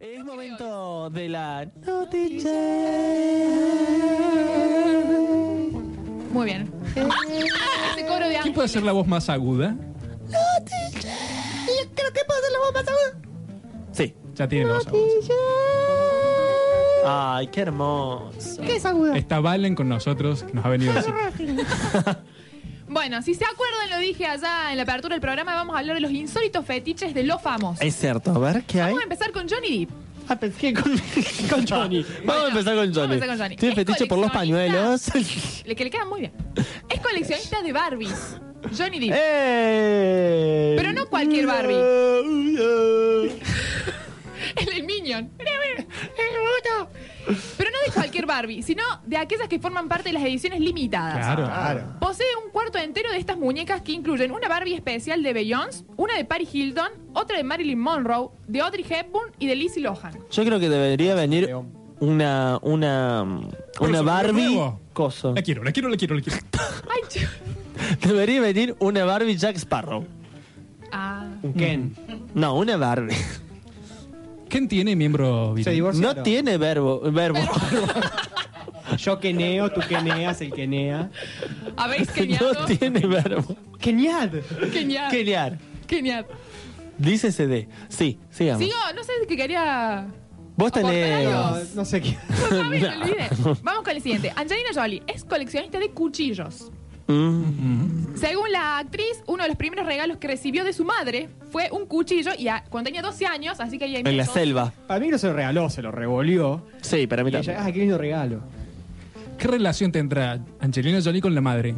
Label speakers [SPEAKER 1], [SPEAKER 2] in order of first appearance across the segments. [SPEAKER 1] Es momento de la noticia.
[SPEAKER 2] Muy bien. Ese coro de
[SPEAKER 3] ¿Quién puede
[SPEAKER 2] ángeles.
[SPEAKER 3] hacer la voz más aguda?
[SPEAKER 1] Yo creo que puedo hacer la voz más aguda. Sí.
[SPEAKER 3] Ya tiene la voz aguda.
[SPEAKER 1] Ay, qué hermoso.
[SPEAKER 4] ¿Qué es aguda?
[SPEAKER 3] Está Valen con nosotros, que nos ha venido a decir.
[SPEAKER 2] Bueno, si se acuerdan, lo dije allá en la apertura del programa, vamos a hablar de los insólitos fetiches de los famosos.
[SPEAKER 1] Es cierto, a ver qué hay.
[SPEAKER 2] Vamos a empezar con Johnny Depp.
[SPEAKER 4] Ah, pensé que con, con Johnny.
[SPEAKER 1] Vamos a empezar con
[SPEAKER 2] Vamos a
[SPEAKER 1] Johnny.
[SPEAKER 2] empezar con Johnny.
[SPEAKER 1] Tiene
[SPEAKER 2] Es
[SPEAKER 1] fetiche por los pañuelos.
[SPEAKER 2] coleccionista. Le- que le queda muy bien. Es coleccionista de Barbies. Johnny Depp.
[SPEAKER 1] ¿Eh? ¡Ey!
[SPEAKER 2] Pero no cualquier
[SPEAKER 1] Barbie.
[SPEAKER 2] El, el Minion. Mirá, mirá, el bruto. Pero no de cualquier Barbie, sino de aquellas que forman parte de las ediciones limitadas.
[SPEAKER 3] Claro.
[SPEAKER 4] Claro.
[SPEAKER 2] Posee un cuarto entero de estas muñecas que incluyen una Barbie especial de Beyoncé, una de Paris Hilton, otra de Marilyn Monroe, de Audrey Hepburn y de Lizzie Lohan.
[SPEAKER 1] Yo creo que debería venir una una una
[SPEAKER 3] Coso,
[SPEAKER 1] Barbie
[SPEAKER 3] nuevo.
[SPEAKER 1] coso.
[SPEAKER 3] La quiero, la quiero, la quiero, la quiero.
[SPEAKER 2] Ay, ch-
[SPEAKER 1] Debería venir una Barbie Jack Sparrow.
[SPEAKER 2] Ah.
[SPEAKER 4] Un Ken.
[SPEAKER 1] No, una Barbie.
[SPEAKER 3] ¿Quién tiene miembro
[SPEAKER 4] Se
[SPEAKER 3] viril?
[SPEAKER 1] No
[SPEAKER 4] divorciaron.
[SPEAKER 1] tiene verbo verbo.
[SPEAKER 4] Yo queneo, tú queneas, él quenea.
[SPEAKER 2] Habéis queñado.
[SPEAKER 1] No tiene verbo.
[SPEAKER 4] ¡Genial!
[SPEAKER 2] Queñado.
[SPEAKER 1] Genial.
[SPEAKER 2] Queñado.
[SPEAKER 1] Dice CD. Sí, sigamos.
[SPEAKER 2] Sigo, no sé qué quería.
[SPEAKER 1] Vos
[SPEAKER 2] Aportar
[SPEAKER 1] tenés.
[SPEAKER 2] algo.
[SPEAKER 4] No, no sé qué.
[SPEAKER 2] Ah, bien, me olvidé. Vamos con el siguiente. Angelina Jolie es coleccionista de cuchillos.
[SPEAKER 1] Mm,
[SPEAKER 2] Según la actriz, uno de los primeros regalos que recibió de su madre fue un cuchillo y a- cuando tenía 12 años, así que ahí hay
[SPEAKER 1] en la
[SPEAKER 2] mitos.
[SPEAKER 1] selva.
[SPEAKER 4] Para mí no se lo regaló, se lo revolvió.
[SPEAKER 1] Sí, para mí
[SPEAKER 4] Y
[SPEAKER 1] también.
[SPEAKER 4] ella, ah, qué lindo regalo.
[SPEAKER 3] ¿Qué relación tendrá Angelina Jolie con la madre?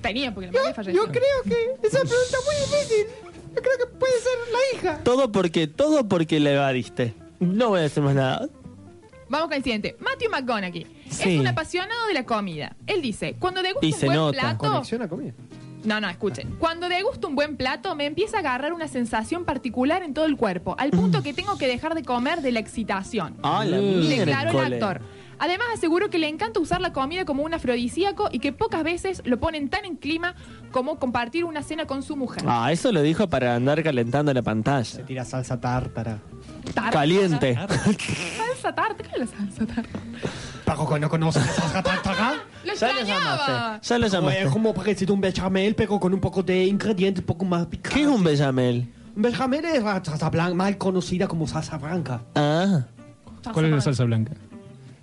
[SPEAKER 2] Tenía, porque la madre falleció.
[SPEAKER 4] Yo creo que esa pregunta es muy difícil. Yo creo que puede ser la hija.
[SPEAKER 1] Todo porque, todo porque le evadiste. No voy a decir más nada.
[SPEAKER 2] Vamos con el siguiente. Matthew McConaughey
[SPEAKER 1] Sí.
[SPEAKER 2] es un apasionado de la comida. Él dice, cuando degusto
[SPEAKER 1] Y
[SPEAKER 2] un
[SPEAKER 1] se
[SPEAKER 2] buen
[SPEAKER 1] nota.
[SPEAKER 2] plato...
[SPEAKER 4] Conexión a comida.
[SPEAKER 2] No, no, escuchen. Cuando degusto un buen plato, me empieza a agarrar una sensación particular en todo el cuerpo, al punto que tengo que dejar de comer de la excitación.
[SPEAKER 1] Ah, la
[SPEAKER 2] Mm. Declaró el
[SPEAKER 1] miércoles.
[SPEAKER 2] actor. Además, aseguró que le encanta usar la comida como un afrodisíaco y que pocas veces lo ponen tan en clima como compartir una cena con su mujer.
[SPEAKER 1] Ah, eso lo dijo para andar calentando la
[SPEAKER 4] Se
[SPEAKER 1] pantalla.
[SPEAKER 4] tira salsa tártara.
[SPEAKER 2] Tarta.
[SPEAKER 1] Caliente.
[SPEAKER 2] Salsa tarta. ¿Qué es la salsa tarta?
[SPEAKER 4] Paco, que no conoce la salsa tártara.
[SPEAKER 2] Lo
[SPEAKER 1] Ya lo
[SPEAKER 2] extrañaba.
[SPEAKER 1] llamaste. Ya lo
[SPEAKER 4] Como es
[SPEAKER 1] llamaste.
[SPEAKER 4] como parecido a un bechamel, pero con un poco de ingredientes un poco más picantes.
[SPEAKER 1] ¿Qué es un bechamel?
[SPEAKER 4] Un bechamel es la salsa blanca, mal conocida como salsa blanca.
[SPEAKER 1] Ah.
[SPEAKER 3] ¿Cuál es la salsa blanca?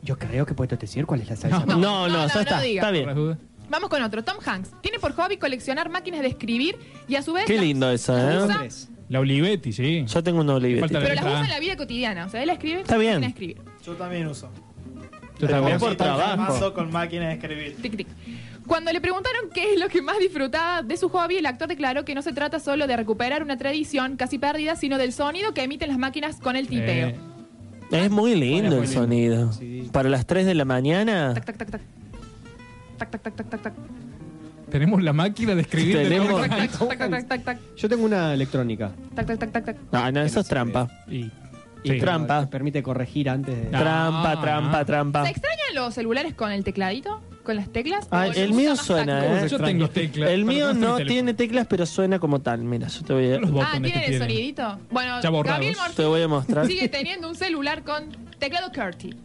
[SPEAKER 4] Yo creo que puedes decir cuál es la salsa
[SPEAKER 1] No,
[SPEAKER 4] blanca.
[SPEAKER 1] no,
[SPEAKER 2] no,
[SPEAKER 1] ya
[SPEAKER 2] no
[SPEAKER 1] está. está
[SPEAKER 2] diga.
[SPEAKER 3] ¿Por las
[SPEAKER 1] bien.
[SPEAKER 3] dudas?
[SPEAKER 2] Vamos con otro. Tom Hanks tiene por hobby coleccionar máquinas de escribir y a su vez...
[SPEAKER 1] Qué
[SPEAKER 2] las-
[SPEAKER 1] lindo eso,
[SPEAKER 2] las
[SPEAKER 1] ¿eh?
[SPEAKER 2] usa,
[SPEAKER 3] La Olivetti, sí.
[SPEAKER 1] Yo tengo un Olivetti.
[SPEAKER 3] Falta
[SPEAKER 2] pero las
[SPEAKER 3] Ahí está.
[SPEAKER 2] usa en la vida cotidiana. O sea, él escribe...
[SPEAKER 1] Está bien.
[SPEAKER 2] máquina de escribir.
[SPEAKER 5] Yo también uso.
[SPEAKER 3] Yo
[SPEAKER 1] Pero
[SPEAKER 3] también.
[SPEAKER 1] vos por trabajo.
[SPEAKER 5] Mazo con máquina de escribir.
[SPEAKER 2] Tic, tic. Cuando le preguntaron qué es lo que más disfrutaba de su hobby, el actor declaró que no se trata solo de recuperar una tradición casi perdida, sino del sonido que emiten las máquinas con el tipeo.
[SPEAKER 3] Eh,
[SPEAKER 1] Es muy lindo el
[SPEAKER 4] Bueno, muy
[SPEAKER 1] sonido.
[SPEAKER 4] Sí.
[SPEAKER 1] Para las 3 de la mañana
[SPEAKER 2] Tac, tac, tac, tac. Tac, tac, tac, tac, tac, tac.
[SPEAKER 3] tenemos la máquina de escribir. de
[SPEAKER 1] Tenemos-
[SPEAKER 3] Tom
[SPEAKER 2] Tac,
[SPEAKER 3] Hanks.
[SPEAKER 2] tac, tac, tac, tac, tac.
[SPEAKER 4] Yo tengo una electrónica.
[SPEAKER 2] Tac, tac, tac, tac, tac.
[SPEAKER 1] No, no, eso es trampa.
[SPEAKER 3] Y-
[SPEAKER 1] Y
[SPEAKER 3] sí.
[SPEAKER 1] Trump. Trampa.
[SPEAKER 4] Te permite corregir antes de...
[SPEAKER 3] Ah.
[SPEAKER 1] Trampa, trampa, trampa.
[SPEAKER 2] ¿Se extrañan los celulares con el tecladito? ¿Con las teclas?
[SPEAKER 1] Ah,
[SPEAKER 2] ¿O
[SPEAKER 1] el
[SPEAKER 2] les
[SPEAKER 1] mío
[SPEAKER 2] gusta más
[SPEAKER 1] suena,
[SPEAKER 2] táctil?
[SPEAKER 1] ¿eh?
[SPEAKER 3] Yo tengo teclas.
[SPEAKER 1] El mío
[SPEAKER 3] Perdón,
[SPEAKER 1] no
[SPEAKER 3] este
[SPEAKER 1] tiene teclas, pero suena como tal. Mira, yo te voy a,
[SPEAKER 3] teléfono. Los
[SPEAKER 2] Ah,
[SPEAKER 3] botones
[SPEAKER 2] ¿tiene
[SPEAKER 3] que
[SPEAKER 2] el
[SPEAKER 3] este tiene.
[SPEAKER 2] sonidito? Bueno,
[SPEAKER 3] Ya borrados.
[SPEAKER 2] Gabriel Morfin
[SPEAKER 1] te voy a mostrar.
[SPEAKER 2] sigue teniendo un celular con teclado Curti.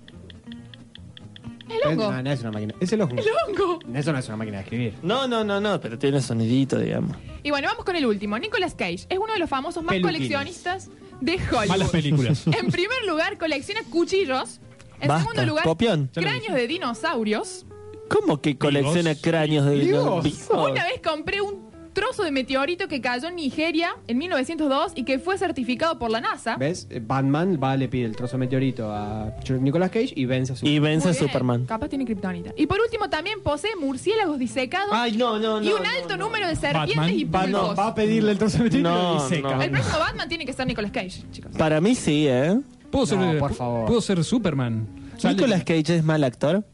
[SPEAKER 2] El
[SPEAKER 4] Es-
[SPEAKER 2] hongo.
[SPEAKER 4] No, no es una máquina. Es el ojo.
[SPEAKER 2] El hongo.
[SPEAKER 4] Eso no es una máquina de escribir.
[SPEAKER 1] No, no, no, no, pero tiene sonidito, digamos.
[SPEAKER 2] Y bueno, vamos con el último. Nicolas Cage es uno de los famosos más
[SPEAKER 4] Peluquines.
[SPEAKER 2] coleccionistas de Hollywood.
[SPEAKER 3] Malas películas.
[SPEAKER 2] En primer lugar, colecciona cuchillos. En
[SPEAKER 1] Basta,
[SPEAKER 2] segundo lugar,
[SPEAKER 1] copión.
[SPEAKER 3] Ya lo
[SPEAKER 2] cráneos de dinosaurios.
[SPEAKER 1] ¿Cómo que colecciona
[SPEAKER 3] Vivos.
[SPEAKER 1] cráneos de
[SPEAKER 4] Vivos.
[SPEAKER 1] vivos?
[SPEAKER 2] Una vez compré un trozo de meteorito que cayó en Nigeria en 1902 y que fue certificado por la NASA.
[SPEAKER 4] ¿Ves? Batman va, le pide el trozo de meteorito a Nicolas Cage y vence a su...
[SPEAKER 1] Y vence
[SPEAKER 2] Muy
[SPEAKER 1] a
[SPEAKER 2] bien.
[SPEAKER 1] Superman.
[SPEAKER 2] Capaz tiene kriptonita. Y por último, también posee murciélagos disecados
[SPEAKER 1] no, no,
[SPEAKER 2] y un alto número de serpientes
[SPEAKER 3] Batman.
[SPEAKER 2] y
[SPEAKER 3] Batman.
[SPEAKER 2] pulpos.
[SPEAKER 4] Va a pedirle el trozo de meteorito
[SPEAKER 1] No,
[SPEAKER 4] y seca.
[SPEAKER 1] no.
[SPEAKER 2] El próximo Batman tiene que ser Nicolas Cage, chicos.
[SPEAKER 1] Para mí sí, ¿eh?
[SPEAKER 3] ¿Puedo ser,
[SPEAKER 4] No, por favor.
[SPEAKER 3] ¿Puedo ser Superman? Sale-
[SPEAKER 1] ¿Nicolas Cage es mal actor?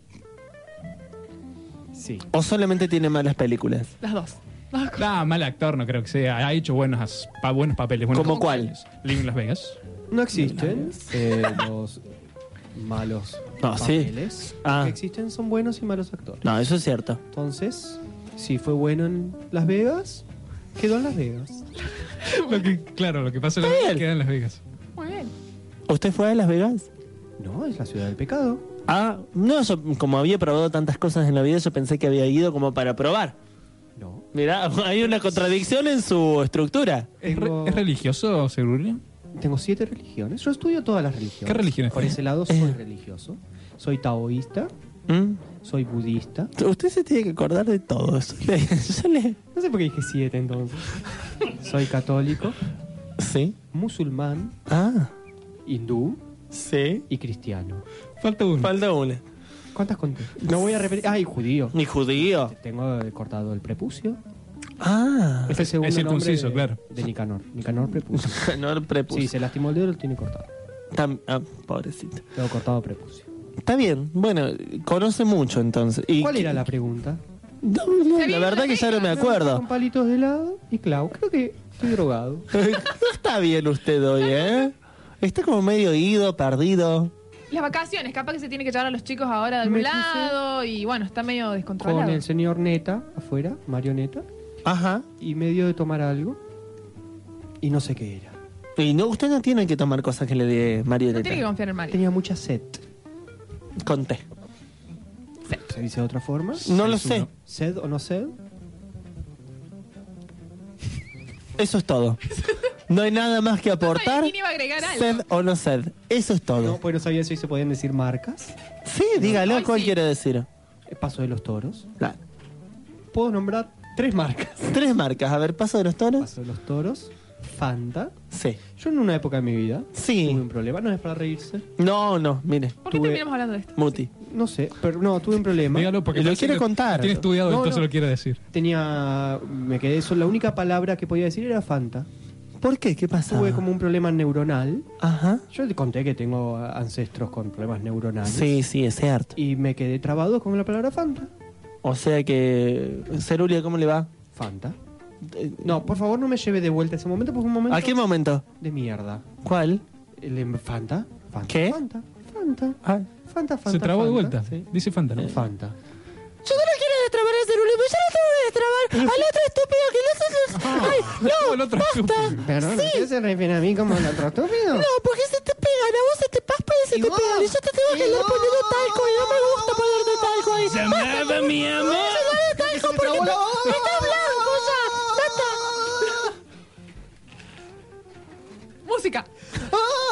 [SPEAKER 4] Sí.
[SPEAKER 1] ¿O solamente tiene malas películas?
[SPEAKER 2] Las dos. Las dos cosas.
[SPEAKER 3] Ah, mal actor, no creo que sea. Ha hecho buenas, pa- buenos papeles. buenas
[SPEAKER 1] ¿Cómo
[SPEAKER 3] actuaciones. Living Las Vegas.
[SPEAKER 4] No existen eh, los malos
[SPEAKER 1] No, sí.
[SPEAKER 4] papeles.
[SPEAKER 1] Ah.
[SPEAKER 4] Los que existen son buenos y malos actores.
[SPEAKER 1] No, eso es cierto.
[SPEAKER 4] Entonces, si fue bueno en Las Vegas, quedó en Las Vegas.
[SPEAKER 3] Lo que- claro, lo que pasa es que
[SPEAKER 1] bien.
[SPEAKER 3] queda en Las Vegas.
[SPEAKER 2] Muy bien.
[SPEAKER 1] ¿Usted fue a Las Vegas?
[SPEAKER 4] No, es la ciudad del pecado.
[SPEAKER 1] Ah, no, yo, como había probado tantas cosas en la vida, yo pensé que había ido como para probar.
[SPEAKER 4] No.
[SPEAKER 1] Mirá, hay una contradicción en su estructura.
[SPEAKER 3] ¿Es,
[SPEAKER 4] Tengo-
[SPEAKER 3] re- es religioso, Seguri?
[SPEAKER 4] Tengo siete religiones. Yo estudio todas las religiones.
[SPEAKER 3] ¿Qué religiones
[SPEAKER 4] Por
[SPEAKER 3] tiene?
[SPEAKER 4] ese lado soy religioso. Soy taoísta.
[SPEAKER 1] ¿Mm?
[SPEAKER 4] Soy budista.
[SPEAKER 1] Usted se tiene que acordar de todo eso. Yo le-
[SPEAKER 4] No sé por qué dije siete entonces. soy católico,
[SPEAKER 1] Sí.
[SPEAKER 4] musulmán,
[SPEAKER 1] Ah,
[SPEAKER 4] hindú
[SPEAKER 1] sí.
[SPEAKER 4] y cristiano.
[SPEAKER 3] Falta uno.
[SPEAKER 1] Falta una.
[SPEAKER 4] ¿Cuántas conté? No voy a repetir. Ay, judío.
[SPEAKER 1] Ni judío.
[SPEAKER 4] Tengo eh, cortado el prepucio.
[SPEAKER 1] Ah.
[SPEAKER 4] Es el segundo
[SPEAKER 3] es
[SPEAKER 4] nombre
[SPEAKER 3] circunciso,
[SPEAKER 4] de,
[SPEAKER 3] claro.
[SPEAKER 4] de Nicanor. Nicanor prepucio.
[SPEAKER 1] No el prepucio.
[SPEAKER 4] Sí, se lastimó el dedo, lo tiene cortado.
[SPEAKER 1] Tam- ah, pobrecito.
[SPEAKER 4] Tengo cortado prepucio.
[SPEAKER 1] Está bien. Bueno, conoce mucho entonces. Y-
[SPEAKER 4] ¿Cuál era la pregunta?
[SPEAKER 1] No, no,
[SPEAKER 2] Se
[SPEAKER 1] la
[SPEAKER 2] viene
[SPEAKER 1] verdad
[SPEAKER 2] la
[SPEAKER 1] que ya
[SPEAKER 2] fecha.
[SPEAKER 1] no me acuerdo.
[SPEAKER 4] Con palitos de lado y Clau. Creo que estoy drogado.
[SPEAKER 1] No está bien usted hoy, ¿eh? Está como medio ido, perdido.
[SPEAKER 2] Las vacaciones, capaz que se tiene que llevar a los chicos ahora de
[SPEAKER 4] Me
[SPEAKER 2] algún
[SPEAKER 4] puse-
[SPEAKER 2] lado y bueno, está medio descontrolado.
[SPEAKER 4] Con el señor Neta afuera, Mario Neta,
[SPEAKER 1] Ajá.
[SPEAKER 4] y me dio de tomar algo. Y no sé qué era.
[SPEAKER 1] Y no, usted no tiene que tomar cosas que le dé
[SPEAKER 2] No tiene que
[SPEAKER 1] Marioneta.
[SPEAKER 2] confiar en Mario.
[SPEAKER 4] Tenía mucha sed.
[SPEAKER 1] Con té.
[SPEAKER 4] ¿Se dice de otra forma?
[SPEAKER 1] No lo
[SPEAKER 3] es
[SPEAKER 1] sé.
[SPEAKER 3] uno.
[SPEAKER 4] ¿Sed o no sed?
[SPEAKER 1] Eso es todo. No hay nada más que aportar.
[SPEAKER 2] ¿Quién iba a agregar algo?
[SPEAKER 1] Sed o no sed. Eso es
[SPEAKER 4] No,
[SPEAKER 1] todo.
[SPEAKER 4] pues no sabía si se podían decir marcas. Eh,
[SPEAKER 1] Sí, dígalo.
[SPEAKER 2] Ay,
[SPEAKER 1] ¿Cuál
[SPEAKER 2] sí.
[SPEAKER 1] quiere decir?
[SPEAKER 4] Paso de los toros.
[SPEAKER 1] La-
[SPEAKER 4] Puedo nombrar tres marcas.
[SPEAKER 1] Tres marcas. A ver, paso de los toros.
[SPEAKER 4] Paso de los toros, Fanta.
[SPEAKER 1] Sí.
[SPEAKER 4] Yo en una época de mi vida
[SPEAKER 1] Sí.
[SPEAKER 4] tuve un problema. No es para reírse.
[SPEAKER 1] No, no, mire.
[SPEAKER 2] ¿Por qué
[SPEAKER 4] tuve-
[SPEAKER 2] terminamos hablando de esto?
[SPEAKER 1] Muti.
[SPEAKER 4] No sé, pero no, tuve un problema.
[SPEAKER 3] Dígalo porque
[SPEAKER 1] Lo
[SPEAKER 3] parece
[SPEAKER 1] quiere
[SPEAKER 3] que
[SPEAKER 1] contar.
[SPEAKER 3] Tiene estudiado,
[SPEAKER 4] No,
[SPEAKER 3] entonces
[SPEAKER 4] no.
[SPEAKER 3] lo quiere decir.
[SPEAKER 4] Tenía. Me quedé solo. La única palabra que podía decir era Fanta.
[SPEAKER 1] ¿Por qué? ¿Qué pasa?
[SPEAKER 4] Tuve como un problema neuronal.
[SPEAKER 1] Ajá.
[SPEAKER 4] Yo te conté que tengo ancestros con problemas neuronales.
[SPEAKER 1] Sí, sí, es cierto.
[SPEAKER 4] Y me quedé trabado con la palabra Fanta.
[SPEAKER 1] O sea que... Cerulia, ¿cómo le va?
[SPEAKER 4] Fanta.
[SPEAKER 1] Eh,
[SPEAKER 4] No, por favor, no me lleve de vuelta a ese momento porque es un momento
[SPEAKER 1] ¿A qué momento?
[SPEAKER 4] de mierda.
[SPEAKER 1] ¿Cuál?
[SPEAKER 4] El em- Fanta. Fanta.
[SPEAKER 1] ¿Qué?
[SPEAKER 4] Fanta. Fanta.
[SPEAKER 1] Ah.
[SPEAKER 4] Fanta, Fanta.
[SPEAKER 3] Se trabó de
[SPEAKER 4] Fanta.
[SPEAKER 3] vuelta. Dice Fanta. ¿no?
[SPEAKER 4] Fanta.
[SPEAKER 1] Yo no lo quiero destrabar el celular, pero yo no tengo que destrabar al otro estúpido que no
[SPEAKER 4] Ah,
[SPEAKER 1] se... Ay,
[SPEAKER 3] Oh, el otro estúpido.
[SPEAKER 4] Pero no, ¿qué se refiere a mí como al otro estúpido?
[SPEAKER 1] no, porque se te pegan, a vos se te paspan y se te pegan. Y yo te tengo que andar poniendo talco y no me gusta ponerte talco. Y... Llamaba mi amor. No, no talco porque está, está blanco ya. Basta.
[SPEAKER 2] Música.